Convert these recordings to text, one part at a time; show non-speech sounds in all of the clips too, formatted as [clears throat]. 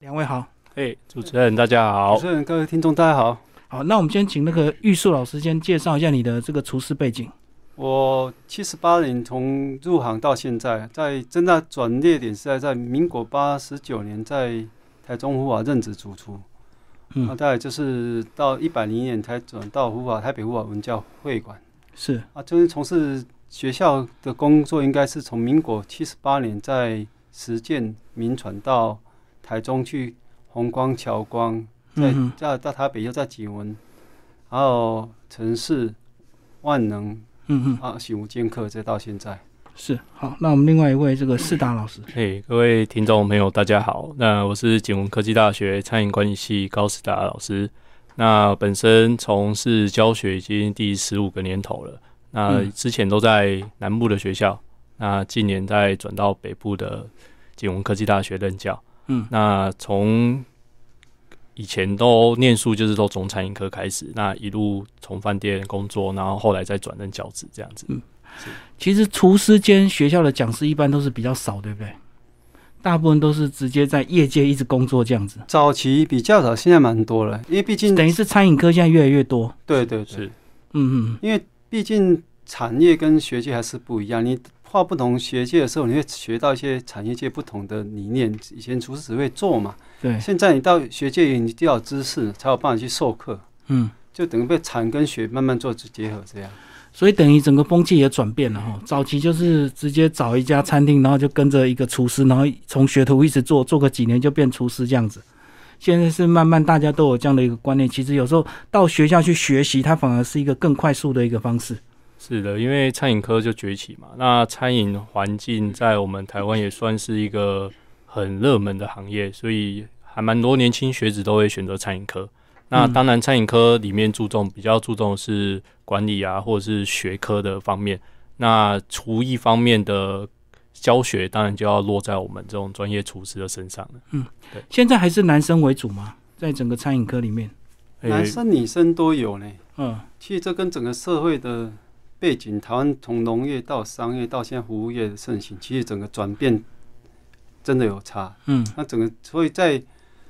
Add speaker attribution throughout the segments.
Speaker 1: 两位好，
Speaker 2: 哎、主持人大家好
Speaker 3: 主。持人、各位听众，大家好。
Speaker 1: 好，那我们先请那个玉树老师先介绍一下你的这个厨师背景。
Speaker 3: 我七十八年从入行到现在，在真大转捩点是在在民国八十九年在台中虎法任职主厨，
Speaker 1: 嗯
Speaker 3: 啊，大概就是到一百零一年才转到虎法台北虎法文教会馆
Speaker 1: 是，
Speaker 3: 啊，就是从事学校的工作，应该是从民国七十八年在实践民传到台中去红光侨光在
Speaker 1: 嗯哼
Speaker 3: 在在台北又在景文，然后城市万能
Speaker 1: 嗯嗯，
Speaker 3: 啊，喜无间客，直到现在。
Speaker 1: 是。好，那我们另外一位这个世达老师。
Speaker 2: 嘿、各位听众朋友，大家好。那我是景文科技大学餐饮管理系高师达老师。那本身从事教学已经第十五个年头了。那
Speaker 1: 嗯
Speaker 2: 之前都在南部的学校，那近年再转到北部的景文科技大学任教。
Speaker 1: 嗯
Speaker 2: 那从以前都念书就是都从餐饮科开始，那一路从饭店工作，然后后来再转任教职这样子。
Speaker 1: 其实厨师兼学校的讲师一般都是比较少，对不对？大部分都是直接在业界一直工作这样子，
Speaker 3: 早期比较少，现在蛮多了，因为毕竟
Speaker 1: 等于是餐饮科现在越来越多。
Speaker 3: 对对对，
Speaker 2: 是
Speaker 1: 嗯嗯嗯，
Speaker 3: 因为毕竟产业跟学界还是不一样。你跨不同学界的时候，你会学到一些产业界不同的理念。以前厨师只会做嘛，
Speaker 1: 对，
Speaker 3: 现在你到学界你就要有知识，才有办法去授课，
Speaker 1: 嗯。
Speaker 3: 就等于被产跟学慢慢做结合这样。
Speaker 1: 所以等于整个风气也转变了哈。早期就是直接找一家餐厅，然后就跟着一个厨师，然后从学徒一直做，做个几年就变厨师这样子。现在是慢慢大家都有这样的一个观念，其实有时候到学校去学习，它反而是一个更快速的一个方式。
Speaker 2: 是的，因为餐饮科就崛起嘛，那餐饮环境在我们台湾也算是一个很热门的行业，所以还蛮多年轻学子都会选择餐饮科。那
Speaker 1: 嗯
Speaker 2: 当然，餐饮科里面注重比较注重的是管理啊，或者是学科的方面。那厨艺方面的教学，当然就要落在我们这种专业厨师的身上了。
Speaker 1: 现在还是男生为主嘛，在整个餐饮科里面，
Speaker 3: 男
Speaker 2: 诶
Speaker 3: 生女生都有呢。
Speaker 1: 嗯
Speaker 3: 其实这跟整个社会的背景，台湾从农业到商业到现在服务业的盛行，其实整个转变真的有差。
Speaker 1: 嗯
Speaker 3: 那整个所以在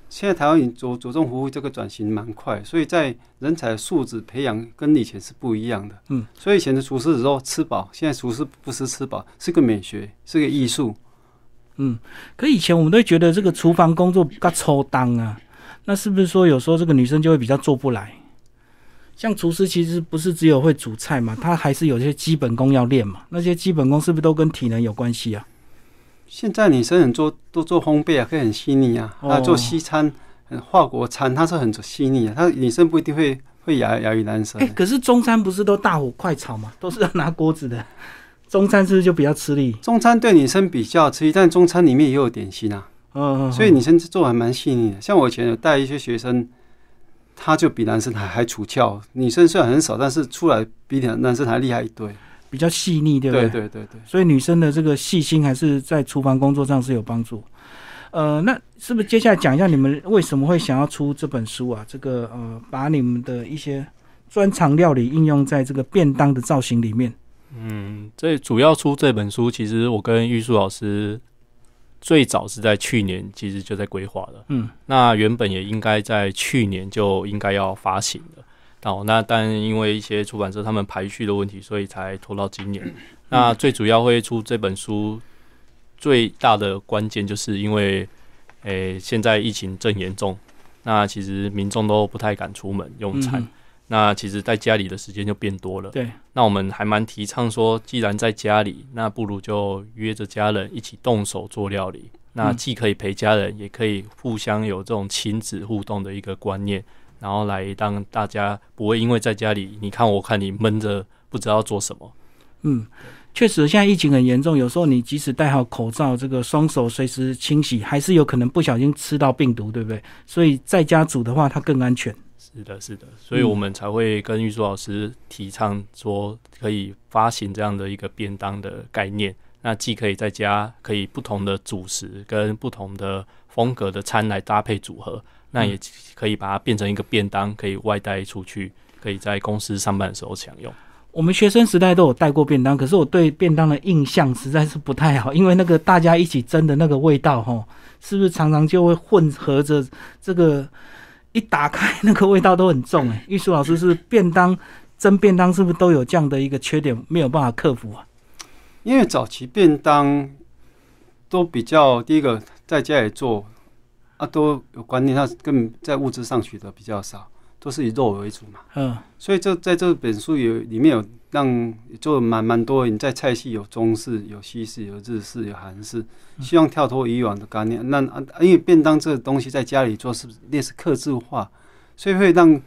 Speaker 3: 现在台湾已经着着重服务这个转型蛮快，所以在人才素质培养跟以前是不一样的。
Speaker 1: 嗯，
Speaker 3: 所以以前的厨师只说吃饱，现在厨师不是吃饱，是个美学，是个艺术。
Speaker 1: 嗯。可以前我们都会觉得这个厨房工作比较抽当啊，那是不是说有时候这个女生就会比较做不来？像厨师其实不是只有会煮菜嘛，他还是有些基本功要练嘛。那些基本功是不是都跟体能有关系啊？
Speaker 3: 现在女生很做都做烘焙啊，可以很细腻啊，
Speaker 1: 哦
Speaker 3: 啊做西餐、很法国餐，它是很细腻啊，它女生不一定会会亚亚于男生
Speaker 1: 哎、。可是中餐不是都大火快炒嘛，都是要拿锅子的，中餐是不是就比较吃力？
Speaker 3: 中餐对女生比较吃力，但中餐里面也有点心啊，
Speaker 1: 嗯、嗯
Speaker 3: 所以女生做还蛮细腻的。像我以前有带一些学生，他就比男生还还出窍。女生虽然很少，但是出来比男男生还厉害一堆。
Speaker 1: 比较细腻，对不
Speaker 3: 对对对对，
Speaker 1: 所以女生的这个细心还是在厨房工作上是有帮助。呃，那是不是接下来讲一下你们为什么会想要出这本书啊？这个呃，把你们的一些专长料理应用在这个便当的造型里面。
Speaker 2: 嗯，这主要出这本书，其实我跟玉树老师最早是在去年，其实就在规划了。
Speaker 1: 嗯
Speaker 2: 那原本也应该在去年就应该要发行了，哦，那但因为一些出版社他们排序的问题，所以才拖到今
Speaker 1: 嗯
Speaker 2: 年。那最主要会出这本书，最大的关键就是因为，诶、现在疫情正严重，那其实民众都不太敢出门用餐，
Speaker 1: 嗯
Speaker 2: 那其实在家里的时间就变多了。
Speaker 1: 对，
Speaker 2: 那我们还蛮提倡说，既然在家里，那不如就约着家人一起动手做料理。那
Speaker 1: 嗯
Speaker 2: 既可以陪家人，也可以互相有这种亲子互动的一个观念，然后来让大家不会因为在家里你看我看你闷着不知道做什么。
Speaker 1: 嗯，确实现在疫情很严重，有时候你即使戴好口罩，这个双手随时清洗，还是有可能不小心吃到病毒，对不对？所以在家煮的话，它更安全。
Speaker 2: 是的，是的，所
Speaker 1: 嗯
Speaker 2: 以我们才会跟玉树老师提倡说，可以发行这样的一个便当的概念。那既可以在家可以不同的主食跟不同的风格的餐来搭配组合，那
Speaker 1: 嗯
Speaker 2: 也可以把它变成一个便当，可以外带出去，可以在公司上班的时候享用。
Speaker 1: 我们学生时代都有带过便当，可是我对便当的印象实在是不太好，因为那个大家一起蒸的那个味道，吼，是不是常常就会混合着这个一打开那个味道都很重、欸？ [laughs] 哎，玉树老师是便当蒸便当是不是都有这样的一个缺点，没有办法克服啊？
Speaker 3: 因为早期便当都比较第一个在家里做啊，都有观念，它更在物质上取得比较少，都是以肉为主嘛。
Speaker 1: 嗯，
Speaker 3: 所以这在这本书有里面有让做蛮蛮多，你在菜系有中式、有西式、有日式、有韩式，希望跳脱以往的观念。那啊因为便当这个东西在家里做是类似克制化，所以会让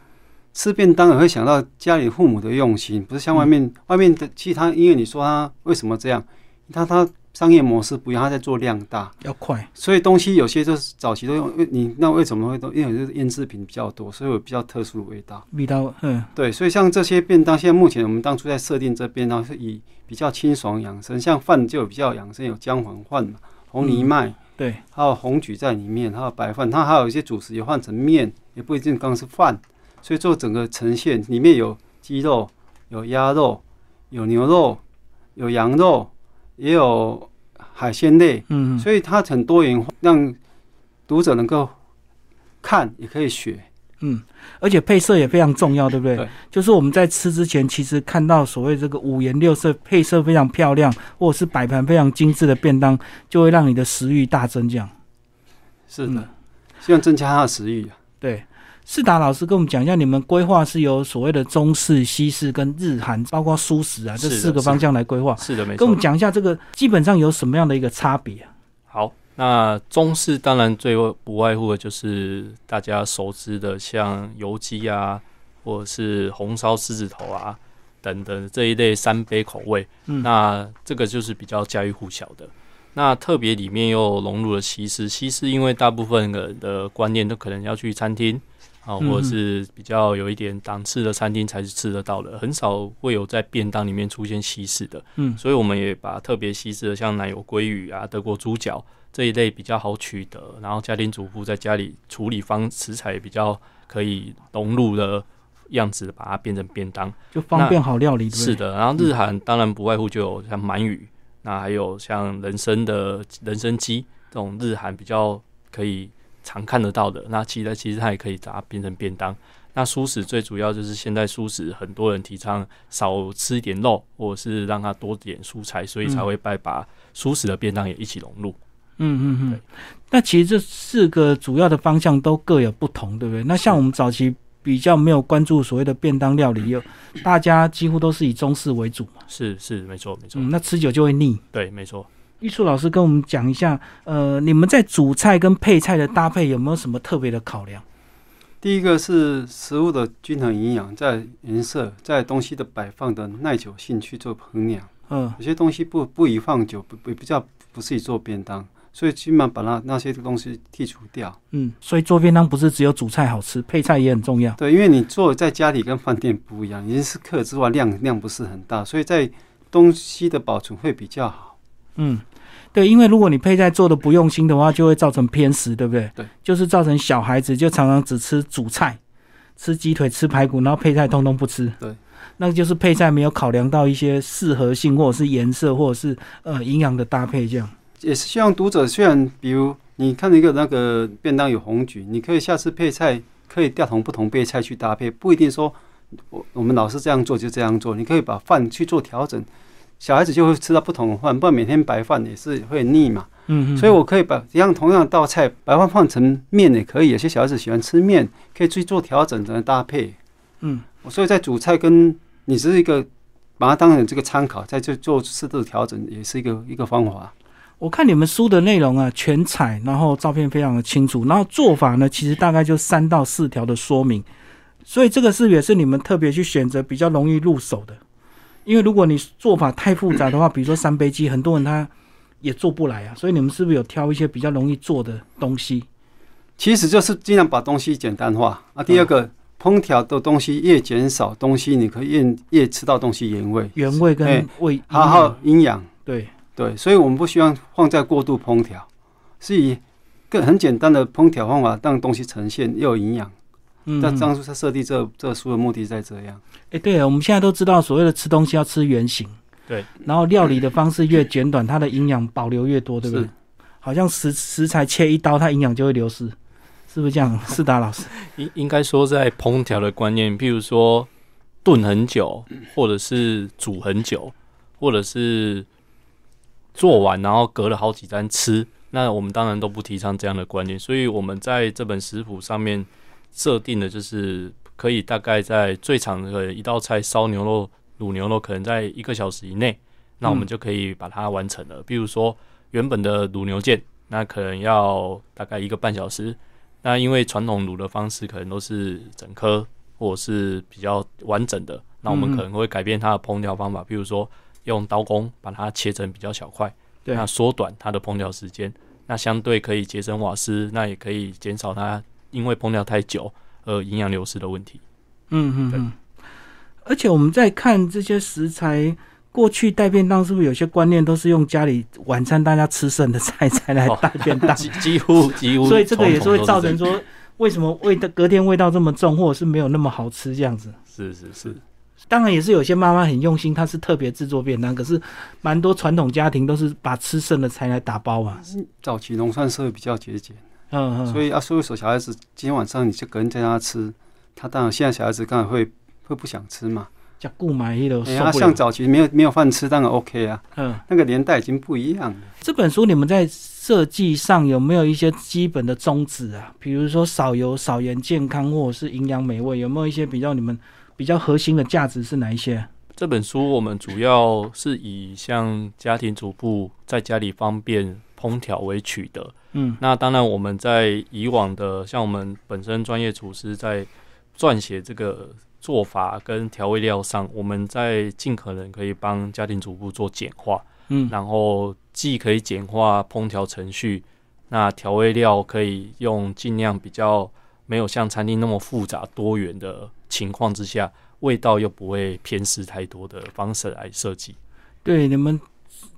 Speaker 3: 吃便当也会想到家里父母的用心，不是像外面、外面的。其实他因为你说他为什么这样，他他商业模式不一样，他在做量大，
Speaker 1: 要快，
Speaker 3: 所以东西有些就是早期都用你那为什么会都因为就是腌制品比较多，所以有比较特殊的味道。
Speaker 1: 味道，嗯，
Speaker 3: 对，所以像这些便当，现在目前我们当初在设定这便当是以比较清爽养生，像饭就有比较养生，有姜黄饭嘛，红藜麦，
Speaker 1: 对，
Speaker 3: 还有红曲在里面，还有白饭，它还有一些主食也换成面，也不一定刚是饭，所以做整个呈现里面有鸡肉、有鸭肉、有牛肉、有羊肉，也有海鲜类，
Speaker 1: 嗯，
Speaker 3: 所以它很多元化，让读者能够看也可以学。
Speaker 1: 而且配色也非常重要，对不对？
Speaker 3: 对
Speaker 1: 就是我们在吃之前，其实看到所谓这个五颜六色、配色非常漂亮，或者是摆盘非常精致的便当，就会让你的食欲大增。这样，
Speaker 3: 是
Speaker 1: 嗯
Speaker 3: 的，希望增加它的食欲啊。
Speaker 1: 对。世达老师跟我们讲一下，你们规划是由所谓的中式、西式跟日韩，包括素食啊这
Speaker 2: 是的
Speaker 1: 四个
Speaker 2: 是的
Speaker 1: 方向来规划。
Speaker 2: 是的，没
Speaker 1: 跟我
Speaker 2: 错
Speaker 1: 们。讲一下这个基本上有什么样的一个差别啊？
Speaker 2: 好，那中式当然最不外乎的就是大家熟知的，像油鸡啊，或者是红烧狮子头啊等等这一类三杯口味。
Speaker 1: 嗯
Speaker 2: 那这个就是比较家喻户晓的。那特别里面又融入了西式，西式因为大部分人的观念都可能要去餐厅啊，
Speaker 1: 嗯
Speaker 2: 或者是比较有一点档次的餐厅才是吃得到的，很少会有在便当里面出现西式的。
Speaker 1: 嗯
Speaker 2: 所以我们也把特别西式的像奶油鲑鱼啊、德国猪脚这一类比较好取得，然后家庭主妇在家里处理方食材比较可以融入的样子，把它变成便当。
Speaker 1: 就方便好料理，对不对？
Speaker 2: 是，的，然呃后日韩当然不外乎就有像鳗鱼，那还有像人参的人参鸡这种日韩比较可以常看得到的。那其实其实它也可以把它变成便当。那素食最主要就是现在素食很多人提倡少吃一点肉，或者是让它多点蔬菜，所以才
Speaker 1: 嗯
Speaker 2: 会把把素食的便当也一起融入。
Speaker 1: 嗯嗯嗯
Speaker 2: 对。
Speaker 1: 那其实这四个主要的方向都各有不同，对不对？那像我们早期比较没有关注所谓的便当料理，有
Speaker 2: 嗯
Speaker 1: 大家几乎都是以中式为主嘛，嗯
Speaker 2: 是是，没错没错，
Speaker 1: 嗯，那吃久就会腻。
Speaker 2: 对没错。
Speaker 1: 玉树老师跟我们讲一下，呃，你们在主菜跟配菜的搭配有没有什么特别的考量？
Speaker 3: 第一个是食物的均衡营养，在颜色，在东西的摆放的耐久性去做衡量。
Speaker 1: 嗯、
Speaker 3: 有些东西不不宜放久，不不不叫不是以做便当，所以基本上把那那些东西剔除掉。
Speaker 1: 嗯，所以做便当不是只有主菜好吃，配菜也很重要。
Speaker 3: 对，因为你做在家里跟饭店不一样，已经是客制化，量量不是很大，所以在东西的保存会比较好。
Speaker 1: 嗯，对，因为如果你配菜做的不用心的话，就会造成偏食，对不对？
Speaker 3: 对，
Speaker 1: 就是造成小孩子就常常只吃主菜，吃鸡腿、吃排骨，然后配菜通通不吃。
Speaker 3: 对，
Speaker 1: 那就是配菜没有考量到一些适合性，或者是颜色，或者是呃营养的搭配这样。
Speaker 3: 也是希望读者，虽然比如你看一个那个便当有红菊，你可以下次配菜可以调同不同配菜去搭配，不一定说我我们老是这样做就这样做，你可以把饭去做调整，小孩子就会吃到不同的饭，不然每天白饭也是会腻嘛。
Speaker 1: 嗯嗯，
Speaker 3: 所以我可以把一样同样的道菜，白饭换成面也可以，有些小孩子喜欢吃面，可以去做调整的搭配。
Speaker 1: 嗯
Speaker 3: 所以在主菜跟你只是一个把它当成这个参考，在这做适度的调整，也是一个一个方法。
Speaker 1: 我看你们书的内容啊，全彩，然后照片非常的清楚，然后做法呢，其实大概就三到四条的说明，所以这个是也是你们特别去选择比较容易入手的，因为如果你做法太复杂的话，比如说三杯鸡，很多人他也做不来啊，所以你们是不是有挑一些比较容易做的东西？
Speaker 3: 其实就是尽量把东西简单化啊。第二个，
Speaker 1: 嗯
Speaker 3: 烹调的东西越减少，东西你可以越越吃到东西原味，
Speaker 1: 原味跟
Speaker 3: 哎
Speaker 1: 味，嗯
Speaker 3: 好好营养。
Speaker 1: 对，
Speaker 3: 对，所以我们不希望放在过度烹调，是以更很简单的烹调方法让东西呈现又有营养，
Speaker 1: 嗯，
Speaker 3: 那当
Speaker 1: 哎、
Speaker 3: 初他设计这这书的目的是在这样，
Speaker 1: 诶对了，我们现在都知道，所谓的吃东西要吃原形，
Speaker 2: 对，
Speaker 1: 然后料理的方式越简短，它的营养保留越多，哦对不对
Speaker 3: 是？
Speaker 1: 好像食食材切一刀，它营养就会流失，是不是这
Speaker 3: [laughs]
Speaker 1: 样？是达老师，
Speaker 2: 应应该说在烹调的观念，譬如说炖很久，或者是煮很久，或者是做完然后隔了好几单吃，那我们当然都不提倡这样的观念。所以我们在这本食谱上面设定的就是可以大概在最长的一道菜烧牛肉、卤牛肉，可能在一个小时以内，那我们
Speaker 1: 嗯
Speaker 2: 就可以把它完成了。比如说原本的卤牛腱，那可能要大概一个半小时。那因为传统卤的方式可能都是整颗或者是比较完整的，那我们
Speaker 1: 嗯
Speaker 2: 可能会改变它的烹调方法，譬如说用刀工把它切成比较小块，
Speaker 1: 对
Speaker 2: 那缩短它的烹调时间，那相对可以节省瓦斯，那也可以减少它因为烹调太久而营养流失的问题。
Speaker 1: 嗯嗯
Speaker 2: 对
Speaker 1: 嗯。而且我们在看这些食材，过去带便当是不是有些观念都是用家里晚餐大家吃剩的菜才来
Speaker 3: 哦
Speaker 1: 带便
Speaker 3: [laughs]
Speaker 1: 当？
Speaker 2: 几几乎几乎，
Speaker 1: 所以这个也是
Speaker 2: 从
Speaker 1: 会
Speaker 2: 头
Speaker 1: 造
Speaker 2: 都
Speaker 1: 成
Speaker 2: 这样
Speaker 1: 说，为什么味道隔天味道这么重，或者是没有那么好吃这样子？
Speaker 2: 是是是，
Speaker 1: 当然也是有些妈妈很用心，她是特别制作便当，可是蛮多传统家庭都是把吃剩的菜来打包嘛。
Speaker 3: 早期农村社会比较节俭，
Speaker 1: 嗯嗯，
Speaker 3: 所以啊，所以说小孩子今天晚上你就跟在家吃，他当然现在小孩子当然会会不想吃嘛，
Speaker 1: 叫顾买一都
Speaker 3: 哎
Speaker 1: 哦受
Speaker 3: 呀，
Speaker 1: 不
Speaker 3: 像
Speaker 1: 了。
Speaker 3: 早期没有没有饭吃，当然 OK 啊，
Speaker 1: 嗯，
Speaker 3: 那个年代已经不一样了。
Speaker 1: 这本书你们在设计上有没有一些基本的宗旨啊？比如说少油、少盐、健康，或者是营养美味，有没有一些比较你们比较核心的价值是哪一些？
Speaker 2: 这本书我们主要是以像家庭主妇在家里方便烹调为取得，
Speaker 1: 嗯
Speaker 2: 那当然，我们在以往的，像我们本身专业厨师在撰写这个做法跟调味料上，我们在尽可能可以帮家庭主妇做简化，
Speaker 1: 嗯
Speaker 2: 然后既可以简化烹调程序，那调味料可以用尽量比较没有像餐厅那么复杂多元的情况之下，味道又不会偏失太多的方式来设计。
Speaker 1: 对，你们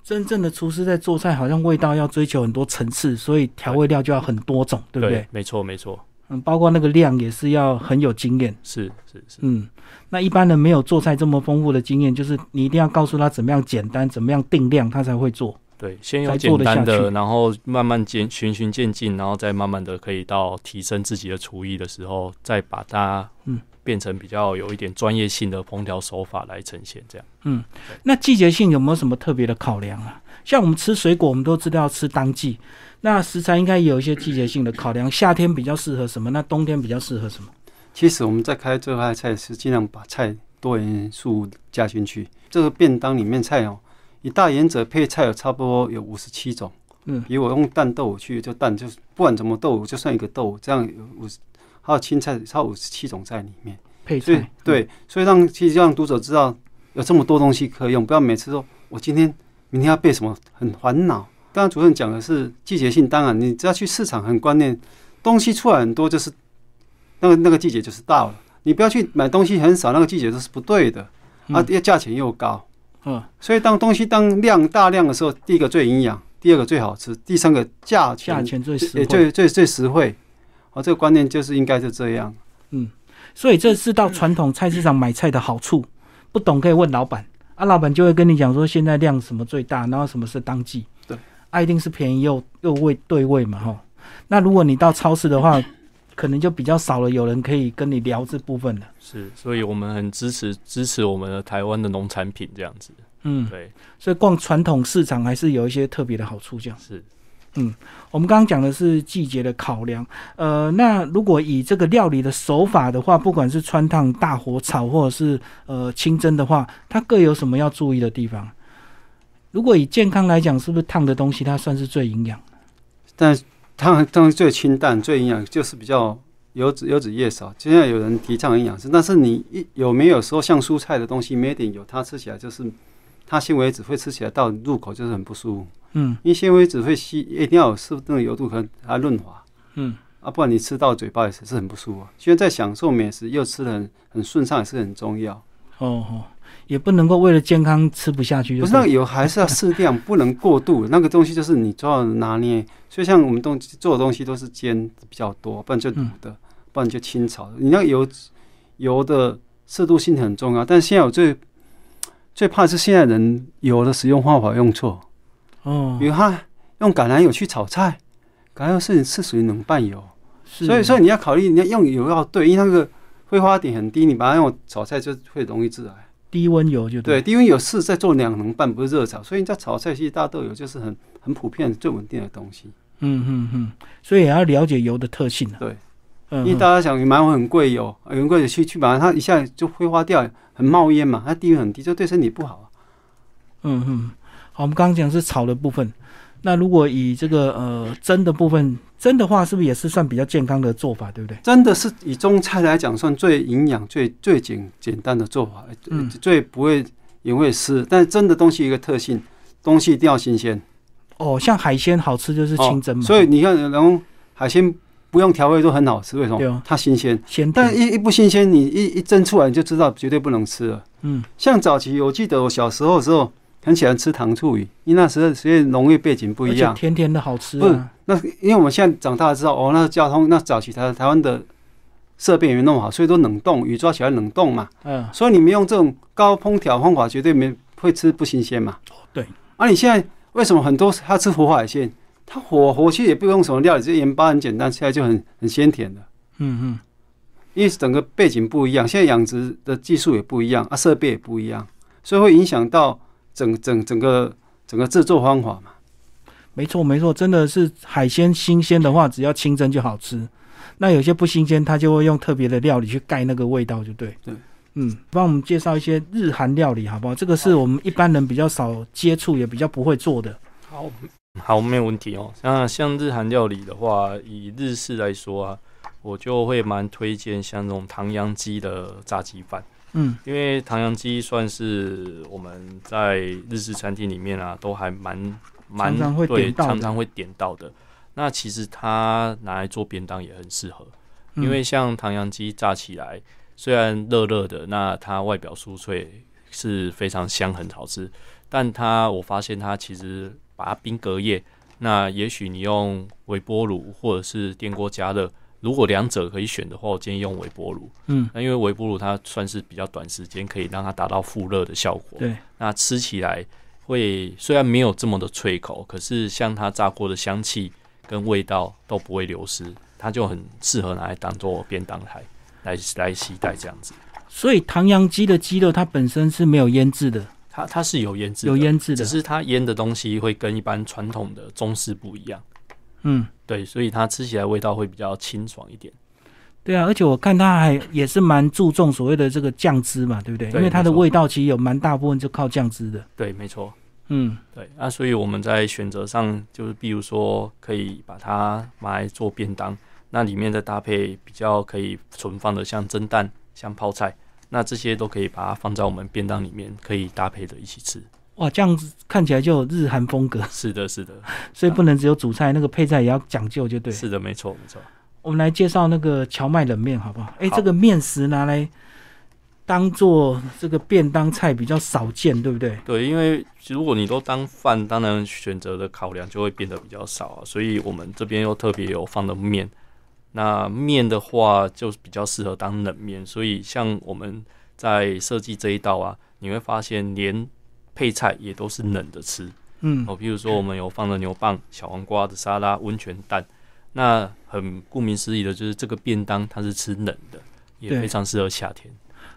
Speaker 1: 真正的厨师在做菜，好像味道要追求很多层次，所以调味料就要很多种，对不对？
Speaker 2: 没错，没错，
Speaker 1: 嗯，包括那个量也是要很有经验。
Speaker 2: 是是是，
Speaker 1: 嗯，那一般人没有做菜这么丰富的经验，就是你一定要告诉他怎么样简单，怎么样定量，他才会做。
Speaker 2: 对，先有
Speaker 1: 才
Speaker 2: 简
Speaker 1: 做得下
Speaker 2: 单的，
Speaker 1: 去
Speaker 2: 然后慢慢渐循序渐进，然后再慢慢的可以到提升自己的厨艺的时候，再把它
Speaker 1: 嗯
Speaker 2: 变成比较有一点专业性的烹调手法来呈现。这样
Speaker 1: 那季节性有没有什么特别的考量啊？像我们吃水果，我们都知道要吃当季，那食材应该也有一些季节性的考量。夏天比较适合什么？那冬天比较适合什么？
Speaker 3: 其实我们在开这块菜是尽量把菜多元素加进去。这个便当里面菜哦，以大原则配菜有哦差不多有五十七种。
Speaker 1: 嗯
Speaker 3: 比如我用蛋豆腐去，就蛋就是不管怎么豆腐，就算一个豆腐，这样有五十，还有青菜，差五十七种在里面。
Speaker 1: 配
Speaker 3: 所以
Speaker 1: 菜。
Speaker 3: 对，所以让其实让读者知道有这么多东西可以用，不要每次说我今天明天要备什么，很烦恼。刚刚主任讲的是季节性，当然你只要去市场很观念，东西出来很多就是那个那个季节就是到了，你不要去买东西很少，那个季节都是不对的啊，
Speaker 1: 嗯
Speaker 3: 要价钱又高。
Speaker 1: 嗯
Speaker 3: 所以当东西当量大量的时候，第一个最营养，第二个最好吃，第三个价
Speaker 1: 价
Speaker 3: 钱
Speaker 1: 钱最实
Speaker 3: 也
Speaker 1: 惠。
Speaker 3: 最最最实惠。哦，这个观念就是应该是这样。
Speaker 1: 所以这是到传统菜市场买菜的好处。不懂可以问老板，啊，老板就会跟你讲说现在量什么最大，然后什么是当季。
Speaker 3: 对，
Speaker 1: 啊，一定是便宜又又味对味嘛，哈。那如果你到超市的话，可能就比较少了有人可以跟你聊这部分了。
Speaker 2: 是，所以我们很支持支持我们的台湾的农产品这样子。
Speaker 1: 嗯，
Speaker 2: 对，
Speaker 1: 所以逛传统市场还是有一些特别的好处。这样，
Speaker 2: 是
Speaker 1: 我们刚刚讲的是季节的考量。呃，那如果以这个料理的手法的话，不管是穿烫、大火炒，或者是呃清蒸的话，它各有什么要注意的地方？如果以健康来讲，是不是烫的东西它算是最营养？
Speaker 3: 但它当然最清淡、最营养，就是比较油脂油脂越少。就像有人提倡营养师，但是你一有没有说像蔬菜的东西没点油，它吃起来就是它纤维质会吃起来到入口就是很不舒服，
Speaker 1: 嗯
Speaker 3: 因为纤维质会吸，一定要有适度的油度和它润滑。
Speaker 1: 嗯
Speaker 3: 啊，不然你吃到嘴巴也是是很不舒服、啊。现在在享受美食又吃的很很顺畅，也是很重要。
Speaker 1: 哦哦，也不能够为了健康吃不下去就
Speaker 3: 不
Speaker 1: 对
Speaker 3: 是那个油还是要适量，不能过度。那个东西就是你抓拿捏。所以像我们东西做的东西都是煎比较多，不然就卤的，不然不然就清炒。你那个油油的适度性很重要，但现在我最最怕是现在人油的使用方法用错，
Speaker 1: 哦
Speaker 3: 比，如他用橄榄油去炒菜，橄榄油是是属于冷拌油，
Speaker 1: 是
Speaker 3: 所以说你要考虑你要用油要对，因为那个挥发点很低，你把它用炒菜就会容易致癌。
Speaker 1: 低温油就
Speaker 3: 对，
Speaker 1: 对，
Speaker 3: 低温油是在做两能半，不是热炒，所以你在炒菜其实大豆油就是很很普遍、最稳定的东西。
Speaker 1: 嗯嗯嗯，所以也要了解油的特性啊。
Speaker 3: 对，
Speaker 1: 嗯，
Speaker 3: 因为大家想买我很贵油，呃很贵油去去把它一下就挥发掉，很冒烟嘛，它低温很低，就对身体不好啊。
Speaker 1: 嗯嗯，好，我们刚刚讲是炒的部分，那如果以这个呃蒸的部分，蒸的话是不是也是算比较健康的做法，对不对？
Speaker 3: 真的是以中菜来讲，算最营养、最最简简单的做法，呃
Speaker 1: 嗯
Speaker 3: 最不会也会湿。但是真的东西有一个特性，东西一定要新鲜，
Speaker 1: 哦，像海鲜好吃就是清蒸嘛，
Speaker 3: 所以你看，然后海鲜不用调味都很好吃，为什
Speaker 1: 对
Speaker 3: 么
Speaker 1: 啊？
Speaker 3: 它新鲜。
Speaker 1: 鲜
Speaker 3: 但
Speaker 1: 但
Speaker 3: 一一不新鲜，你一一蒸出来你就知道绝对不能吃了。
Speaker 1: 嗯，
Speaker 3: 像早期我记得我小时候的时候，很喜欢吃糖醋鱼，因为那时候实验农业背景不
Speaker 1: 而
Speaker 3: 一
Speaker 1: 且
Speaker 3: 样。
Speaker 1: 甜甜的好吃
Speaker 3: 不是
Speaker 1: 啊，
Speaker 3: 那因为我们现在长大了知道，哦，那交通那早期台台湾的设备也没弄好，所以都冷冻鱼抓起来冷冻嘛，
Speaker 1: 嗯，
Speaker 3: 所以你们用这种高烹调方法，绝对没会吃不新鲜嘛。
Speaker 1: 哦对。
Speaker 3: 啊，你现在为什么很多他吃活海鲜？他活活去也不用什么料理，这盐巴很简单，吃起来就很很鲜甜的。
Speaker 1: 嗯
Speaker 3: 因为整个背景不一样，现在养殖的技术也不一样啊，设备也不一样，所以会影响到整整整个整个制作方法嘛。
Speaker 1: 嗯，没错没错，真的是海鲜新鲜的话，只要清蒸就好吃。那有些不新鲜，它就会用特别的料理去盖那个味道，就对。
Speaker 3: 对，
Speaker 1: 嗯，帮我们介绍一些日韩料理好不好？这个是我们一般人比较少接触，也比较不会做的。
Speaker 2: 好，好，没有问题哦。那像日韩料理的话，以日式来说啊，我就会蛮推荐像这种唐扬鸡的炸鸡饭，
Speaker 1: 嗯
Speaker 2: 因为唐扬鸡算是我们在日式餐厅里面啊，都还蛮蛮
Speaker 1: 常常会
Speaker 2: 对
Speaker 1: 点到的
Speaker 2: 常常会点到的。那其实它拿来做便当也很适合，
Speaker 1: 嗯
Speaker 2: 因为像唐扬鸡炸起来，虽然热热的，那它外表酥脆是非常香，很好吃。但它我发现它其实把它冰隔夜，那也许你用微波炉或者是电锅加热，如果两者可以选的话，我建议用微波炉。
Speaker 1: 嗯，
Speaker 2: 那因为微波炉它算是比较短时间可以让它达到复热的效果。
Speaker 1: 对，
Speaker 2: 那吃起来会虽然没有这么的脆口，可是像它炸过的香气跟味道都不会流失，它就很适合拿来当做便当台来来携带这样子。
Speaker 1: 所以唐扬鸡的鸡肉它本身是没有腌制的，
Speaker 2: 它它是有腌制的，
Speaker 1: 有腌制的
Speaker 2: 只，是它腌的东西会跟一般传统的中式不一样，
Speaker 1: 嗯，
Speaker 2: 对，所以它吃起来味道会比较清爽一点。
Speaker 1: 对啊，而且我看它还也是蛮注重所谓的这个酱汁嘛，对不对？
Speaker 2: 对
Speaker 1: 因为它的
Speaker 2: 没错
Speaker 1: 味道其实有蛮大部分就靠酱汁的，
Speaker 2: 对，没错。
Speaker 1: 嗯
Speaker 2: 对，那所以我们在选择上，就是比如说可以把它拿来做便当，那里面再搭配比较可以存放的，像蒸蛋、像泡菜，那这些都可以把它放在我们便当里面，可以搭配着一起吃。
Speaker 1: 哇，这样子看起来就有日韩风格， [laughs]
Speaker 2: 是的，是的，
Speaker 1: 所以不能只有主菜，那个配菜也要讲究，就对。
Speaker 2: 是的，没错，没错。
Speaker 1: 我们来介绍那个荞麦冷面好不好？哎，
Speaker 2: 好
Speaker 1: 这个面食拿来当做这个便当菜比较少见，对不对？
Speaker 2: 对，因为如果你都当饭，当然选择的考量就会变得比较少啊。所以我们这边又特别有放的面，那面的话就比较适合当冷面。所以像我们在设计这一道啊，你会发现连配菜也都是冷的吃
Speaker 1: 嗯，
Speaker 2: 哦。譬如说我们有放了牛蒡、小黄瓜的沙拉、温泉蛋，那很顾名思义的就是这个便当它是吃冷的，也
Speaker 1: 对
Speaker 2: 非常适合夏天。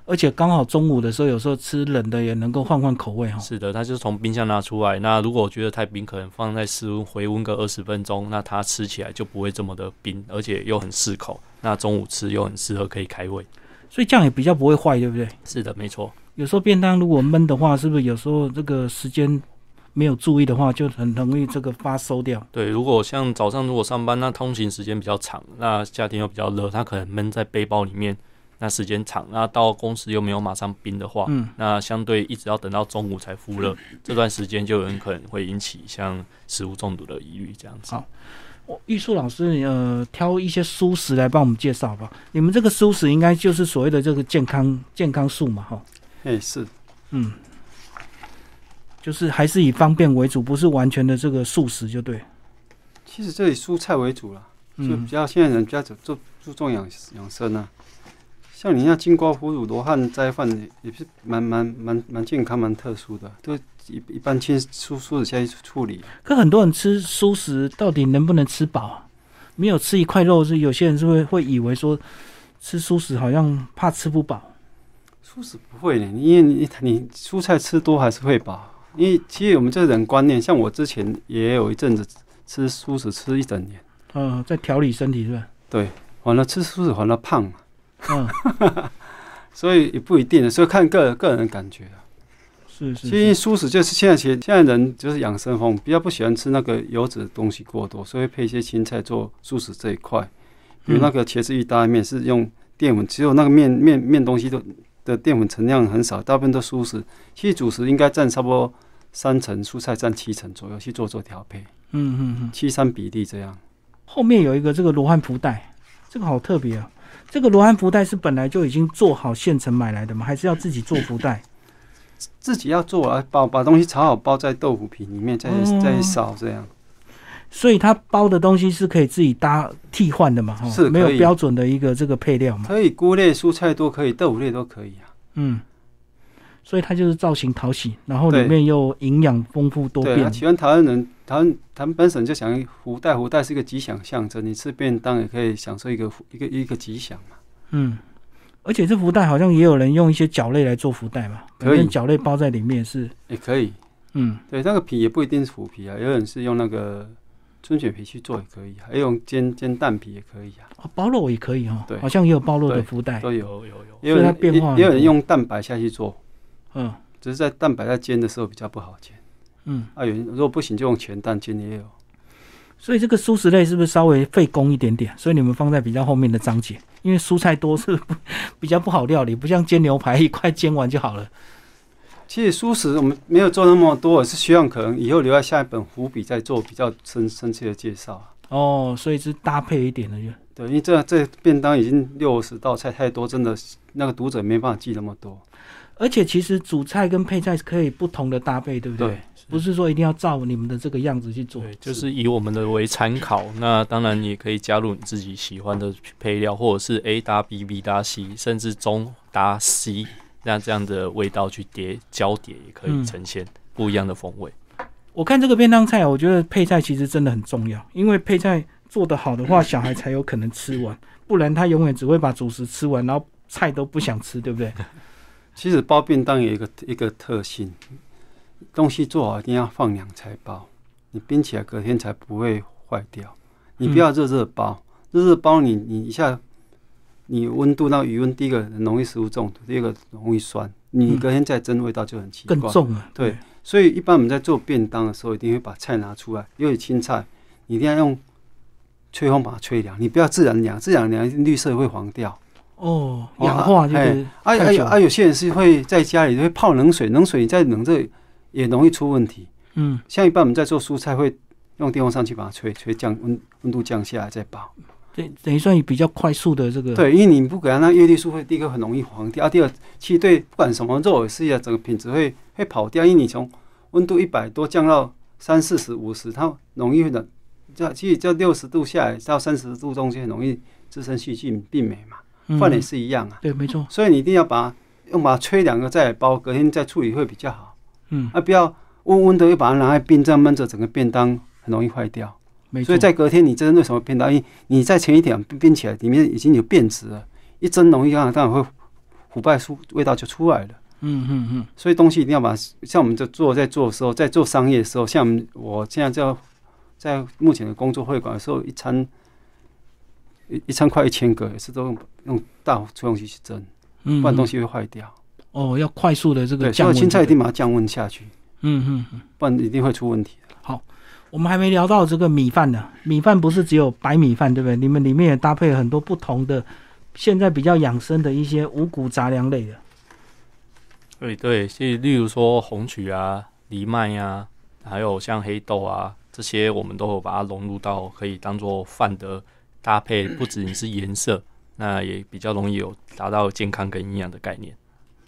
Speaker 1: 而且刚好中午的时候，有时候吃冷的也能够换换口味哈、
Speaker 2: 是的，它就是从冰箱拿出来。那如果我觉得太冰，可能放在室温回温个二十分钟，那它吃起来就不会这么的冰，而且又很适口。那中午吃又很适合可以开胃。
Speaker 1: 所以这样也比较不会坏，对不对？
Speaker 2: 是的，没错，
Speaker 1: 有时候便当如果闷的话，是不是有时候这个时间没有注意的话，就很容易这个发馊掉？
Speaker 2: 对。如果像早上如果上班，那通勤时间比较长，那夏天又比较热，它可能闷在背包里面，那时间长，那到公司又没有马上冰的话，
Speaker 1: 嗯，
Speaker 2: 那相对一直要等到中午才复热，这段时间就有可能会引起像食物中毒的疑虑这样子
Speaker 1: 好。我玉树老师，你呃，挑一些素食来帮我们介绍吧。你们这个素食应该就是所谓的这个健康健康素嘛，哈，
Speaker 3: 哎，是
Speaker 1: 嗯，就是还是以方便为主，不是完全的这个素食就对。
Speaker 3: 其实这里蔬菜为主了，就比
Speaker 1: 嗯，
Speaker 3: 较现在人比较走做注重养养生啊。像你像金瓜腐乳罗汉斋饭也也是蛮蛮蛮蛮健康蛮特殊的，都一一般清蔬蔬的下去处理。
Speaker 1: 可很多人吃素食到底能不能吃饱、啊？没有吃一块肉是有些人是会会以为说吃素食好像怕吃不饱。
Speaker 3: 素食不会的，因为你你蔬菜吃多还是会饱。因为其实我们这人观念，像我之前也有一阵子吃素食吃一整年，
Speaker 1: 嗯，在调理身体是吧？
Speaker 3: 完了吃素食完了胖嘛，
Speaker 1: 嗯，
Speaker 3: 所以也不一定，所以看个个人感觉啊。
Speaker 1: 是是
Speaker 3: 其实
Speaker 1: 是，
Speaker 3: 素食就是现在其实现在人就是养生风，比较不喜欢吃那个油脂的东西过多，所以配一些青菜做素食这一块。比如那个茄子意大利面是用淀粉，只有那个面面面东西都的淀粉存量很少，大部分都素食。其实主食应该占差不多三成，蔬菜占七成左右去做做调配，
Speaker 1: 嗯嗯嗯。
Speaker 3: 七三比例这样。
Speaker 1: 后面有一个这个罗汉福袋，这个好特别啊！这个罗汉福袋是本来就已经做好现成买来的吗？还是要自己做福
Speaker 3: [laughs]
Speaker 1: 袋？
Speaker 3: 自己要做啊，把把东西炒好，包在豆腐皮里面，再再烧这样。
Speaker 1: 所以它包的东西是可以自己搭替换的嘛？哈、
Speaker 3: 是可以
Speaker 1: 没有标准的一个这个配料嘛？
Speaker 3: 可以菇类、蔬菜都可以，豆腐类都可以啊。
Speaker 1: 嗯，所以它就是造型讨喜，然后里
Speaker 3: 对
Speaker 1: 面又营养丰富多
Speaker 3: 对，
Speaker 1: 变
Speaker 3: 啊，。喜欢台湾人，台湾台湾本省就想福袋，福袋是一个吉祥象征，你吃便当也可以享受一个福一个一个吉祥嘛。
Speaker 1: 嗯，而且这福袋好像也有人用一些角类来做福袋嘛，
Speaker 3: 可
Speaker 1: 反
Speaker 3: 以
Speaker 1: 正角类包在里面是，
Speaker 3: 也可以，
Speaker 1: 嗯，
Speaker 3: 对，那个皮也不一定是腐皮啊，有人是用那个春卷皮去做也可以、啊，还有用煎煎蛋皮也可以啊，
Speaker 1: 哦，包肉也可以哈、
Speaker 3: 对
Speaker 1: 好像也有包肉的
Speaker 3: 对
Speaker 1: 福袋，
Speaker 3: 都有。
Speaker 2: 有有有，
Speaker 3: 也有人
Speaker 1: 哎所以它变化很
Speaker 3: 也也有人
Speaker 1: 多
Speaker 3: 用蛋白下去做，
Speaker 1: 嗯
Speaker 3: 只是在蛋白在煎的时候比较不好煎。
Speaker 1: 嗯，
Speaker 3: 啊，有人如果不行就用全蛋煎也有。
Speaker 1: 所以这个素食类是不是稍微费工一点点？所以你们放在比较后面的章节，因为蔬菜多 [laughs] 是不比较不好料理，不像煎牛排一块煎完就好了。
Speaker 3: 其实素食我们没有做那么多，是希望可能以后留在下一本伏笔再做比较深深切的介绍啊。
Speaker 1: 哦，所以是搭配一点的就，
Speaker 3: 对，因为这这便当已经六十道菜太多，真的是那个读者没办法记那么多。
Speaker 1: 而且其实主菜跟配菜是可以不同的搭配，对不对？
Speaker 3: 对，
Speaker 1: 不是说一定要照你们的这个样子去做。
Speaker 2: 对，就是以我们的为参考。 [laughs] 那当然，你也可以加入你自己喜欢的配料，或者是 A 搭 B，B 搭 C，甚至中搭 C，那这样的味道去叠交叠，也可
Speaker 1: 嗯
Speaker 2: 以呈现不一样的风味。
Speaker 1: 我看这个便当菜啊，我觉得配菜其实真的很重要，因为配菜做得好的话， [laughs] 小孩才有可能吃完，不然他永远只会把主食吃完，然后菜都不想吃，对不对？
Speaker 3: 其实包便当有一个一个特性，东西做好一定要放凉才包，你冰起来隔天才不会坏掉。你不
Speaker 1: 嗯
Speaker 3: 要热热包，热热包你你一下，你温度那余温，第一个很容易食物中毒，第二个容易酸，你
Speaker 1: 嗯
Speaker 3: 隔天再蒸味道就很奇怪。
Speaker 1: 更重啊。
Speaker 3: 对，所以一般我们在做便当的时候，一定会把菜拿出来，尤其青菜，你一定要用吹风把它吹凉，你不要自然凉，自然凉绿色会黄掉。
Speaker 1: 哦，
Speaker 3: 哦
Speaker 1: 氧化就是
Speaker 3: 啊
Speaker 1: 太
Speaker 3: 啊
Speaker 1: 久
Speaker 3: 有啊，有些人是会在家里会泡冷水，冷水再冷这也容易出问题。
Speaker 1: 嗯，
Speaker 3: 像一般我们在做蔬菜会用电风扇去把它吹，吹降温温度降下来再包。
Speaker 1: 等等于算比较快速的这个。，
Speaker 3: 对，因为你不给它那叶绿素会第一个很容易黄掉，啊，第二其实对不管什么肉也是一样，整个品质会会跑掉，因为你从温度一百多降到三四十、五十，它容易的，这其实这六十度下来到三十度中间容易滋生细菌病媒嘛，饭也
Speaker 1: 嗯、
Speaker 3: 是一样啊，
Speaker 1: 对，没错。
Speaker 3: 所以你一定要把它用把它吹两个再来包，隔天再处理会比较好，
Speaker 1: 嗯，
Speaker 3: 啊，不要温温的又把它拿来冰这样闷着，整个便当很容易坏掉。
Speaker 1: 没错。
Speaker 3: 所以在隔天你蒸为什么变大？因为你在前一点变起来，里面已经有变质了，一蒸容易让当然会腐败出味道就出来了。
Speaker 1: 嗯嗯嗯，
Speaker 3: 所以东西一定要把像我们在做在做的时候，在做商业的时候，像我们我现在在在目前的工作会馆的时候，一餐一一餐快一千个，也是都用用大吹风机去蒸，
Speaker 1: 嗯
Speaker 3: 不然东
Speaker 1: 西
Speaker 3: 西会坏掉。
Speaker 1: 哦，要快速的这个
Speaker 3: 对，所
Speaker 1: 降
Speaker 3: 有
Speaker 1: 温、
Speaker 3: 青菜一定把它降温下去，
Speaker 1: 嗯嗯嗯，
Speaker 3: 不然一定会出问题。
Speaker 1: 我们还没聊到这个米饭呢。米饭不是只有白米饭，对不对？你们里面也搭配很多不同的，现在比较养生的一些五谷杂粮类的。
Speaker 2: 对对，其实例如说红曲啊、藜麦啊，还有像黑豆啊这些，我们都有把它融入到可以当做饭的搭配，不仅是颜色，那也比较容易有达到健康跟营养的概念。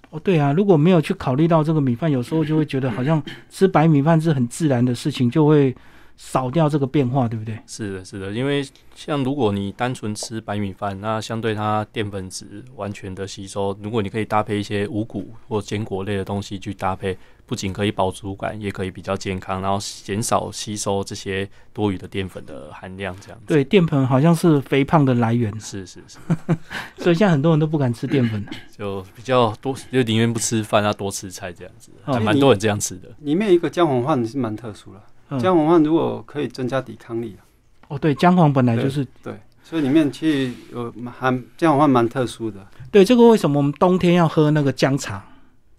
Speaker 1: 哦，对啊，如果没有去考虑到这个米饭，有时候就会觉得好像吃白米饭是很自然的事情，就会少掉这个变化，对不对？
Speaker 2: 是的，是的，因为像如果你单纯吃白米饭，那相对它淀粉质完全的吸收，如果你可以搭配一些五谷或坚果类的东西去搭配，不仅可以饱足感，也可以比较健康，然后减少吸收这些多余的淀粉的含量，这样子。
Speaker 1: 对，淀粉好像是肥胖的来源，
Speaker 2: 是是是，
Speaker 1: 所以现在很多人都不敢吃淀粉。
Speaker 2: 就比较多，就宁愿不吃饭，啊要多吃菜这样子，
Speaker 1: 哦
Speaker 2: 还蛮多人这样吃的。
Speaker 3: 里面一个姜黄饭是蛮特殊了，姜
Speaker 1: 嗯，
Speaker 3: 黄饭如果可以增加抵抗力啊，
Speaker 1: 哦，对，姜黄本来就是
Speaker 3: 对，所以里面其实有蛮姜黄饭蛮特殊的，
Speaker 1: 对这个为什么我们冬天要喝那个姜茶？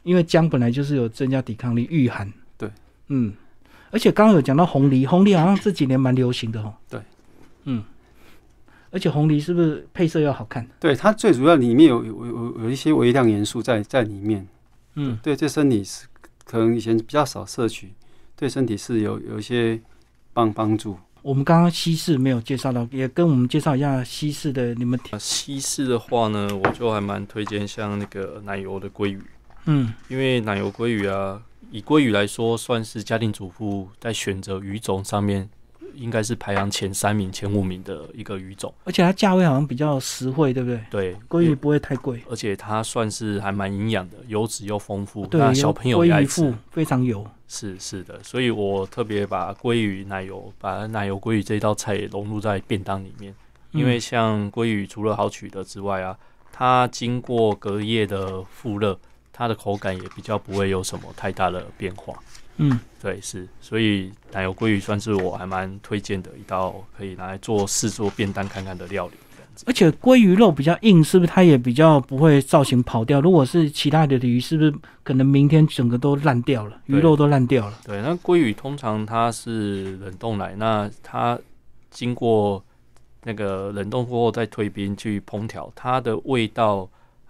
Speaker 1: 因为姜本来就是有增加抵抗力、御寒。
Speaker 3: 对，
Speaker 1: 嗯，而且刚刚有讲到红梨，红梨好像这几年蛮流行的哦。
Speaker 3: 对，
Speaker 1: 嗯，而且红梨是不是配色要好看？
Speaker 3: 对，它最主要里面有有有有一些微量元素在在里面，
Speaker 1: 嗯，
Speaker 3: 对对身体是可能以前比较少摄取，对身体是有有一些帮帮助。
Speaker 1: 我们刚刚西式没有介绍到，也跟我们介绍一下西式的你们。
Speaker 2: 啊西式的话呢，我就还蛮推荐像那个奶油的鲑鱼，
Speaker 1: 嗯
Speaker 2: 因为奶油鲑鱼啊，以鲑鱼来说，算是家庭主妇在选择鱼种上面，应该是排行前三名、前五名的一个鱼种。
Speaker 1: 而且它价位好像比较实惠，对不对？
Speaker 2: 对，
Speaker 1: 鲑鱼，不会太贵，
Speaker 2: 而且它算是还蛮营养的，油脂又丰富，
Speaker 1: 对，
Speaker 2: 那
Speaker 1: 有
Speaker 2: 小朋友也
Speaker 1: 鲑
Speaker 2: 爱
Speaker 1: 鱼
Speaker 2: 吃
Speaker 1: 腹。非常油。
Speaker 2: 是是的，所以我特别把鲑鱼奶油，把奶油鲑鱼这一道菜也融入在便当里面，
Speaker 1: 嗯
Speaker 2: 因为像鲑鱼除了好取得之外啊，它经过隔夜的复热，它的口感也比较不会有什么太大的变化。
Speaker 1: 嗯，嗯
Speaker 2: 对，是，所以奶油鲑鱼算是我还蛮推荐的一道可以拿来做试做便当看看的料理。
Speaker 1: 而且鲑鱼肉比较硬，是不是它也比较不会造型跑掉？如果是其他的鱼，是不是可能明天整个都烂掉了，鱼
Speaker 2: 对
Speaker 1: 肉都烂掉了？
Speaker 2: 对，那鲑鱼通常它是冷冻来，那它经过那个冷冻过后再退冰去烹调，它的味道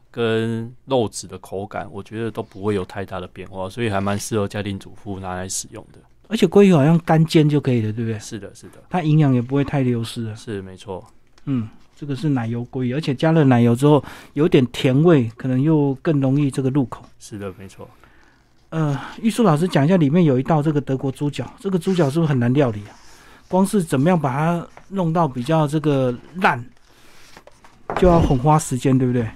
Speaker 2: 跟肉质的口感，我觉得都不会有太大的变化，所以还蛮适合家庭主妇拿来使用的。
Speaker 1: 而且鲑鱼好像干煎就可以了，对不对？
Speaker 2: 是的，是的，
Speaker 1: 它营养也不会太流失了。
Speaker 2: 是没错。
Speaker 1: 嗯，这个是奶油鲑鱼，而且加了奶油之后有点甜味，可能又更容易这个入口。
Speaker 2: 是的，没错。
Speaker 1: 呃，玉树老师讲一下，里面有一道这个德国猪脚，这个猪脚是不是很难料理啊？光是怎么样把它弄到比较这个烂，就要很花时间，对不对？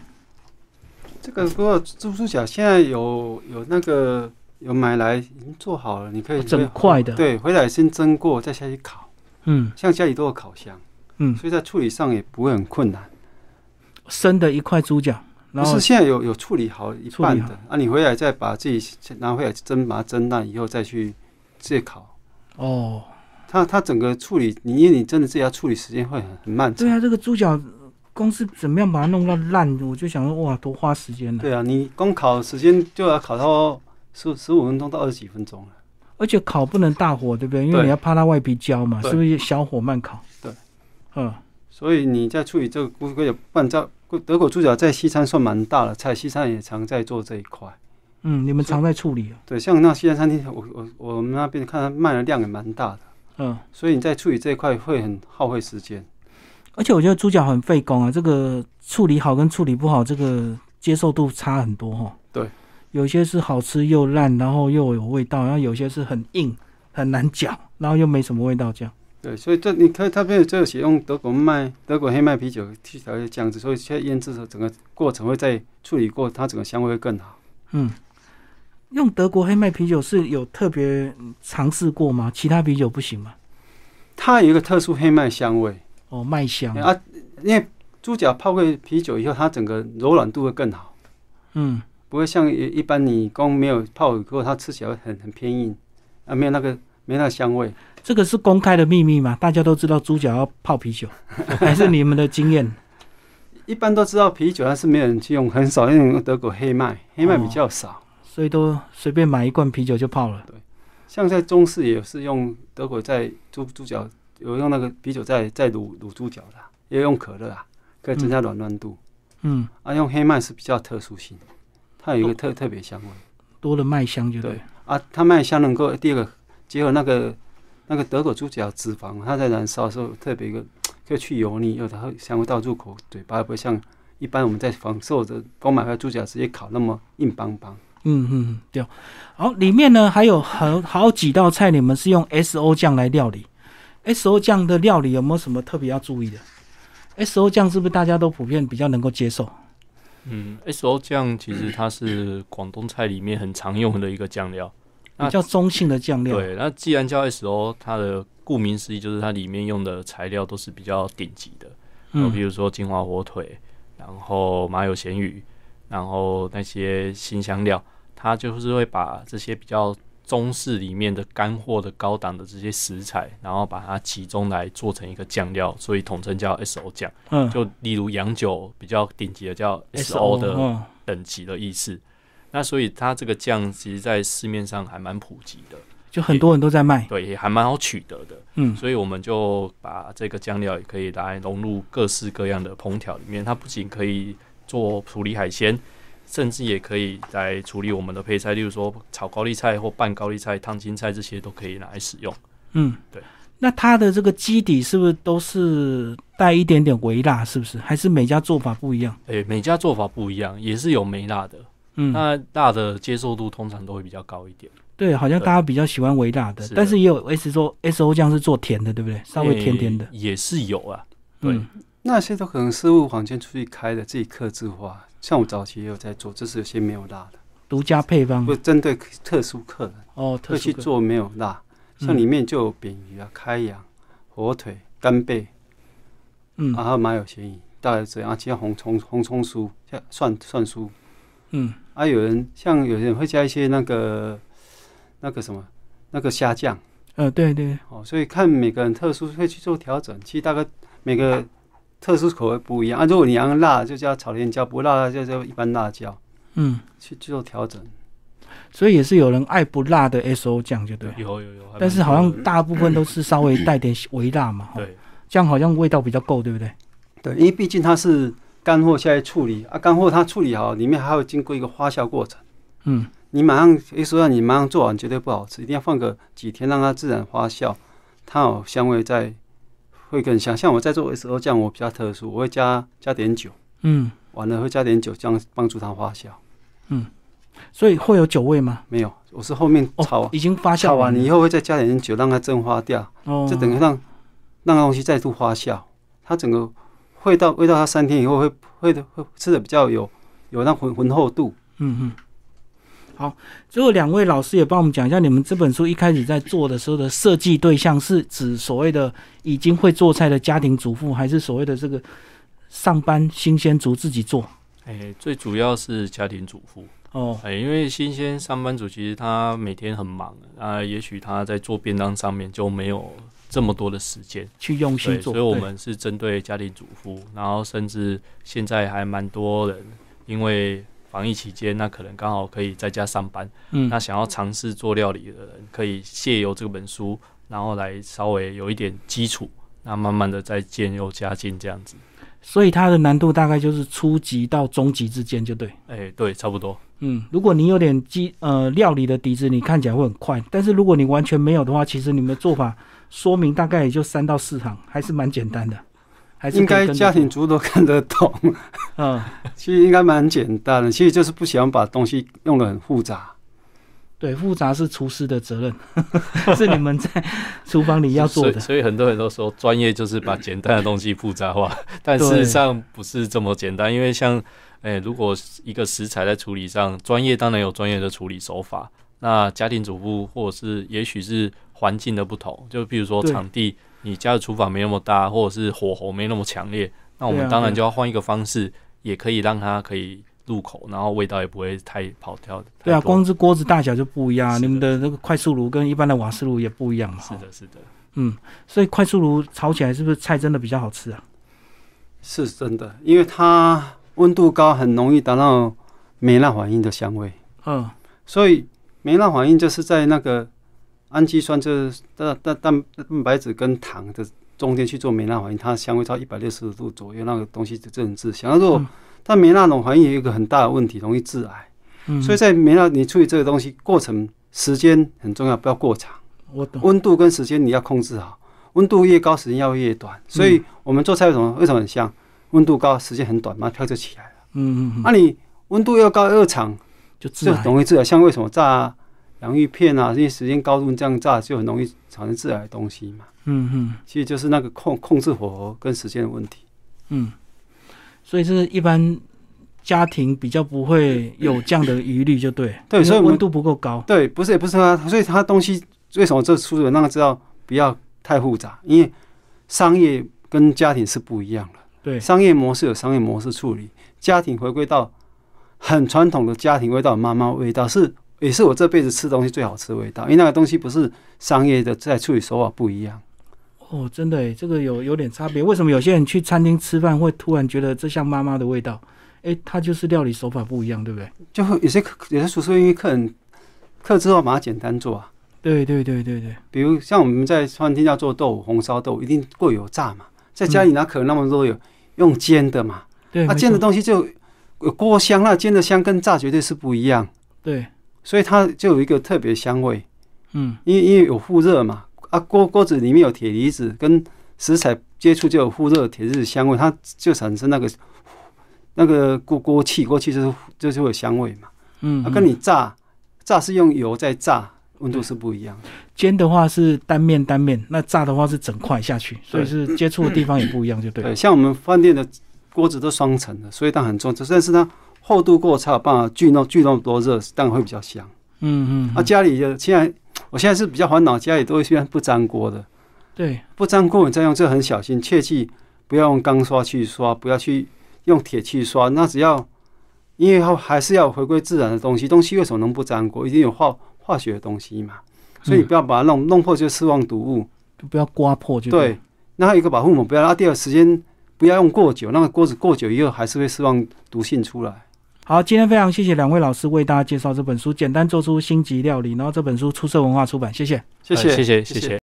Speaker 3: 这个不过猪猪脚现在有有那个有买来已经做好了，你可以
Speaker 1: 哦整块的，
Speaker 3: 对回来先蒸过，再下去烤，
Speaker 1: 嗯
Speaker 3: 像家里都有烤箱，
Speaker 1: 嗯，
Speaker 3: 所以在处理上也不会很困难。
Speaker 1: 生的一块猪脚，
Speaker 3: 不
Speaker 1: 然后
Speaker 3: 是现在有有处理好一半
Speaker 1: 处理
Speaker 3: 的，啊，你回来再把自己拿回来蒸，把它蒸烂以后再去自己烤。
Speaker 1: 哦，
Speaker 3: 它它整个处理，你因为你真的自己要处理时间会很很漫长
Speaker 1: 对。啊，这个猪脚光是怎么样把它弄到烂，我就想说哇，多花时间了。
Speaker 3: 对啊，你光烤时间就要烤到十十五分钟到二十几分钟了。
Speaker 1: 而且烤不能大火，对不对？因为
Speaker 3: 对
Speaker 1: 你要怕它外皮焦嘛，
Speaker 3: 对
Speaker 1: 是不是小火慢烤？
Speaker 3: 对，
Speaker 1: 嗯，所
Speaker 3: 所以你在处理这个菇龟的半照，德国猪脚在西餐算蛮大的菜，西餐也常在做这一块。
Speaker 1: 嗯，你们常在处理哦，
Speaker 3: 对，像那西餐餐厅，我我我们那边看它卖的量也蛮大的，
Speaker 1: 嗯。
Speaker 3: 所以你在处理这一块会很耗费时间。
Speaker 1: 而且我觉得猪脚很费工啊，这个处理好跟处理不好，这个接受度差很多哦。
Speaker 3: 对，
Speaker 1: 有些是好吃又烂，然后又有味道，然后有些是很硬很难嚼，然后又没什么味道，这样。
Speaker 3: 对，所以这你可以特别这个写用德国麦、德国黑麦啤酒去调这样子，所以现在腌制的时候整个过程会在处理过，它整个香味会更好。
Speaker 1: 嗯，用德国黑麦啤酒是有特别嗯尝试过吗？其他啤酒不行吗？
Speaker 3: 它有一个特殊黑麦香味，
Speaker 1: 哦，麦香，
Speaker 3: 啊，因为猪脚泡过啤酒以后，它整个柔软度会更好，
Speaker 1: 嗯，
Speaker 3: 不会像一一般你光没有泡过，它吃起来会很很偏硬，啊，没有那个没那个香味。
Speaker 1: 这个是公开的秘密嘛？大家都知道猪脚要泡啤
Speaker 2: [laughs]
Speaker 1: 酒，还是你们的经验？
Speaker 3: 一般都知道啤酒，但是没有人去用，很少人用德国黑麦，黑麦比较少。
Speaker 1: 所以都随便买一罐啤酒就泡了。
Speaker 3: 像在中式也是用德国在猪猪脚，有用那个啤酒在在卤卤猪脚的啊，也有用可乐啊，可以增加软烂度。
Speaker 1: 嗯，
Speaker 3: 啊，用黑麦是比较特殊性的，它有一个特特别香味。
Speaker 1: 多了麦香就对。
Speaker 3: 对啊，它麦香能够第二个结合那个那个德国猪脚脂肪，它在燃烧的时候特别一个可以去油腻，又它会香味到入口嘴巴，不会像一般我们在仿售的光买回来猪脚直接烤那么硬邦邦。
Speaker 1: 嗯嗯，嗯对。好，里面呢还有很好几道菜，你们是用 S O 酱来料理。 S O 酱的料理有没有什么特别要注意的？S O 酱是不是大家都普遍比较能够接受？
Speaker 2: 嗯，S O 酱其实它是广东菜里面很常用的一个酱料。
Speaker 1: 比较中性的酱料，
Speaker 2: 啊对，那既然叫 S O，它的顾名思义就是它里面用的材料都是比较顶级的，嗯，比
Speaker 1: 嗯，
Speaker 2: 如说金华火腿，然后麻油咸鱼，然后那些新香料，它就是会把这些比较中式里面的干货的高档的这些食材，然后把它集中来做成一个酱料，所以统称叫 S O 酱。
Speaker 1: 嗯
Speaker 2: 就例如洋酒比较顶级的叫 S O
Speaker 1: SO
Speaker 2: 的
Speaker 1: 嗯
Speaker 2: 等级的意思。那所以它这个酱其实，在市面上还蛮普及的，
Speaker 1: 就很多人都在卖，
Speaker 2: 对，也还蛮好取得的。
Speaker 1: 嗯，
Speaker 2: 所以我们就把这个酱料也可以来融入各式各样的烹调里面。它不仅可以做处理海鲜，甚至也可以来处理我们的配菜，例如说炒高丽菜或拌高丽菜、烫青菜这些都可以拿来使用。
Speaker 1: 嗯，
Speaker 2: 对。
Speaker 1: 那它的这个基底是不是都是带一点点微辣？是不是？还是每家做法不一样？
Speaker 2: 诶、每家做法不一样，也是有没辣的。
Speaker 1: 嗯，
Speaker 2: 那辣的接受度通常都会比较高一点，
Speaker 1: 对，好像
Speaker 2: 对
Speaker 1: 大家比较喜欢微辣的，
Speaker 2: 是的
Speaker 1: 但是也有 S O S O 酱是做甜的，对不对？稍微甜甜的
Speaker 2: 诶。也是有啊。对
Speaker 1: 嗯
Speaker 3: 那些都可能师傅房间出去开的，自己刻制化。像我早期也有在做，就是有些没有辣的，
Speaker 1: 独家配方
Speaker 3: 不针对特殊客人，
Speaker 1: 哦，特
Speaker 3: 会去
Speaker 1: 殊的嗯
Speaker 3: 做没有辣。像里面就有扁鱼啊、开阳、火腿、干贝，
Speaker 1: 嗯
Speaker 2: 啊
Speaker 3: 然后麻油咸鱼，大概这样。啊，其他红葱、红葱酥、像蒜蒜酥，
Speaker 1: 嗯
Speaker 3: 啊，有人像有人会加一些那个那个什么那个虾酱
Speaker 1: 呃，对对，
Speaker 3: 哦，所以看每个人特殊会去做调整。其实大概每个特殊口味不一样啊。如果你要辣，就加炒甜椒；不辣就叫一般辣椒，
Speaker 1: 嗯，
Speaker 3: 去去做调整。
Speaker 1: 所以也是有人爱不辣的 S O 酱，就对。
Speaker 2: 有有有，还
Speaker 1: 但是
Speaker 2: 蛮
Speaker 1: 好
Speaker 2: 多
Speaker 1: 像
Speaker 2: 的
Speaker 1: 大部分都是稍微带点微辣
Speaker 2: [clears throat]
Speaker 1: 嘛，哦
Speaker 2: 对
Speaker 1: 这样好像味道比较够，对不对？
Speaker 3: 对，因为毕竟它是干货下去处理啊，干货它处理好，里面还会经过一个发酵过程。
Speaker 1: 嗯，
Speaker 3: 你马上一说让你马上做完，绝对不好吃，一定要放个几天让它自然发酵，它有香味在，会更香。像我在做 S O 酱，我比较特殊，我会加加点酒，
Speaker 1: 嗯，
Speaker 3: 完了会加点酒，这样帮助它发酵。
Speaker 1: 所以会有酒味吗？
Speaker 3: 没有，我是后面炒、
Speaker 1: 哦，已经发酵
Speaker 3: 炒
Speaker 1: 完
Speaker 3: 啊完
Speaker 1: 了
Speaker 3: 以后会再加点酒，让它蒸发掉。
Speaker 1: 哦，
Speaker 3: 这等于让让东西再度发酵，它整个味道味道它三天以后会会的会吃的比较有有那浑浑厚度。
Speaker 1: 嗯嗯，好，最后两位老师也帮我们讲一下，你们这本书一开始在做的时候的设计对象是指所谓的已经会做菜的家庭主妇，还是所谓的这个上班新鲜族自己做？
Speaker 2: 诶、哎最主要是家庭主妇，
Speaker 1: 哦，
Speaker 2: 诶、因为新鲜上班族其实他每天很忙，啊，也许他在做便当上面就没有这么多的时间，
Speaker 1: 去用心
Speaker 2: 对，
Speaker 1: 做。
Speaker 2: 所以我
Speaker 1: 对
Speaker 2: 们是针对家庭主妇，然后甚至现在还蛮多人因为防疫期间，那可能刚好可以在家上班，
Speaker 1: 嗯
Speaker 2: 那想要尝试做料理的人，可以借由这本书，然后来稍微有一点基础，那慢慢的再渐入佳境这样子，
Speaker 1: 所以它的难度大概就是初级到中级之间，就对。
Speaker 2: 诶、哎对，差不多，
Speaker 1: 嗯，如果你有点基呃料理的底子，你看起来会很快，但是如果你完全没有的话，其实你们的做法说明大概也就三到四行，还是蛮简单的，还是
Speaker 3: 应
Speaker 1: 可以
Speaker 3: 该
Speaker 1: 跟得
Speaker 3: 家庭主妇都看得
Speaker 1: [laughs]
Speaker 3: 懂，
Speaker 1: 嗯。
Speaker 3: 其实应该蛮简单的，其实就是不喜欢把东西用的很复杂。
Speaker 1: 对，复杂是厨师的责任， [laughs] 是你们在厨房里要做
Speaker 2: 所以
Speaker 1: 的。
Speaker 2: 所以很多人都说专业就是把简单的东西复杂化， [laughs] 但
Speaker 1: 对
Speaker 2: 事实上不是这么简单，因为像，诶、如果一个食材在处理上，专业当然有专业的处理手法，那家庭主妇或者是也许是环境的不同，就比如说
Speaker 1: 对
Speaker 2: 场地，你家的厨房没那么大，或者是火候没那么强烈，那我
Speaker 1: 对
Speaker 2: 们
Speaker 1: 啊
Speaker 2: 当
Speaker 1: 对
Speaker 2: 然
Speaker 1: 啊
Speaker 2: 就要换一个方式，也可以让它可以入口，然后味道也不会太跑掉。
Speaker 1: 对啊，
Speaker 2: 太多
Speaker 1: 光是锅子大小就不一样啊，
Speaker 2: 是
Speaker 1: 你
Speaker 2: 的
Speaker 1: 们的那个快速炉跟一般的瓦斯炉也不一样嘛。
Speaker 2: 是
Speaker 1: 哦，
Speaker 2: 的，是的。
Speaker 1: 嗯，所以快速炉炒起来是不是菜真的比较好吃啊？
Speaker 3: 是真的，因为它温度高，很容易达到梅纳反应的香味。
Speaker 1: 嗯
Speaker 3: 所以酶辣反应就是在那个氨基酸，就是蛋蛋蛋蛋白质跟糖的中间去做酶辣反应，它香味到一百六十度左右，那个东西就很致香。那如果、
Speaker 1: 嗯
Speaker 3: 但酶那种反应有一个很大的问题，容易致癌。
Speaker 1: 嗯，
Speaker 3: 所以在酶辣你处理这个东西过程时间很重要，不要过长。
Speaker 1: 我懂。
Speaker 3: 温度跟时间你要控制好，温度越高时间要越短。所以我们做菜为什么为什么很香？温度高时间很短，马上就起来了。
Speaker 1: 嗯嗯
Speaker 3: 那、
Speaker 1: 嗯，
Speaker 3: 你温度又高又长，
Speaker 1: 就自
Speaker 3: 就
Speaker 1: 然。
Speaker 3: 容易致癌。像为什么炸洋芋片啊，因为时间高温这样炸就很容易产生致癌的东西嘛。
Speaker 1: 嗯嗯
Speaker 3: 其实就是那个控控制火候跟时间的问题。
Speaker 1: 嗯，所以是一般家庭比较不会有这样的疑虑，就对。
Speaker 3: 对
Speaker 1: 因为
Speaker 3: 所以我们
Speaker 1: 温度不够高。
Speaker 3: 对，不是也不是它，所以它东西为什么这出的那个知道不要太复杂，因为商业跟家庭是不一样的。
Speaker 1: 对，
Speaker 3: 商业模式有商业模式处理，家庭回归到很传统的家庭味道，妈妈味道是也是我这辈子吃东西最好吃的味道，因为那个东西不是商业的在处理手法不一样。
Speaker 1: 哦，真的耶，这个有有点差别。为什么有些人去餐厅吃饭会突然觉得这像妈妈的味道？诶，它就是料理手法不一样，对不对？
Speaker 3: 就会有些客有些厨师因为客人客制化把它简单做啊，
Speaker 1: 对对对对对，
Speaker 3: 比如像我们在餐厅要做豆腐红烧豆腐，一定过油炸嘛，在家里哪可能那么多油，用煎的嘛，
Speaker 1: 对，
Speaker 3: 啊
Speaker 1: 没
Speaker 3: 煎的
Speaker 1: 错
Speaker 3: 东西就有锅香，那煎的香跟炸绝对是不一样，
Speaker 1: 对，
Speaker 3: 所以它就有一个特别香味，
Speaker 1: 嗯
Speaker 3: 因为因为有复热嘛，啊锅锅子里面有铁离子跟食材接触就有复热铁离子香味，它就产生那个那个锅锅气，锅气就是就是会有香味嘛。
Speaker 1: 嗯，
Speaker 3: 啊，跟
Speaker 1: 嗯
Speaker 3: 你炸炸是用油在炸，温度是不一样的。
Speaker 1: 煎的话是单面单面，那炸的话是整块下去，所以
Speaker 3: [coughs]
Speaker 1: 是接触的地方也不一样，就对。
Speaker 3: 对，像我们饭店的锅子都双层的，所以它很重，但是它厚度过才有办法聚那聚那么多热，但会比较香。
Speaker 1: 嗯嗯，
Speaker 3: 啊，家里的现在我现在是比较烦恼，家里都会喜欢不粘锅的，
Speaker 1: 对，
Speaker 3: 不粘锅你再用就很小心，切记不要用钢刷去刷，不要去用铁去刷，那只要。因为它还是要回归自然的东西，东西为什么能不粘锅？一定有化化学的东西嘛，
Speaker 1: 嗯
Speaker 3: 所以你不要把它弄弄破，就释放毒物。
Speaker 1: 就不要刮破就
Speaker 3: 对。，那还有一个保护膜，不要拉啊第二时间不要用过久，那个锅子过久以后还是会释放毒性出来。
Speaker 1: 好，今天非常谢谢两位老师为大家介绍这本书《简单做出星级料理》，然后这本书出色文化出版，谢谢。
Speaker 3: 谢谢，
Speaker 2: 哎谢谢，谢谢。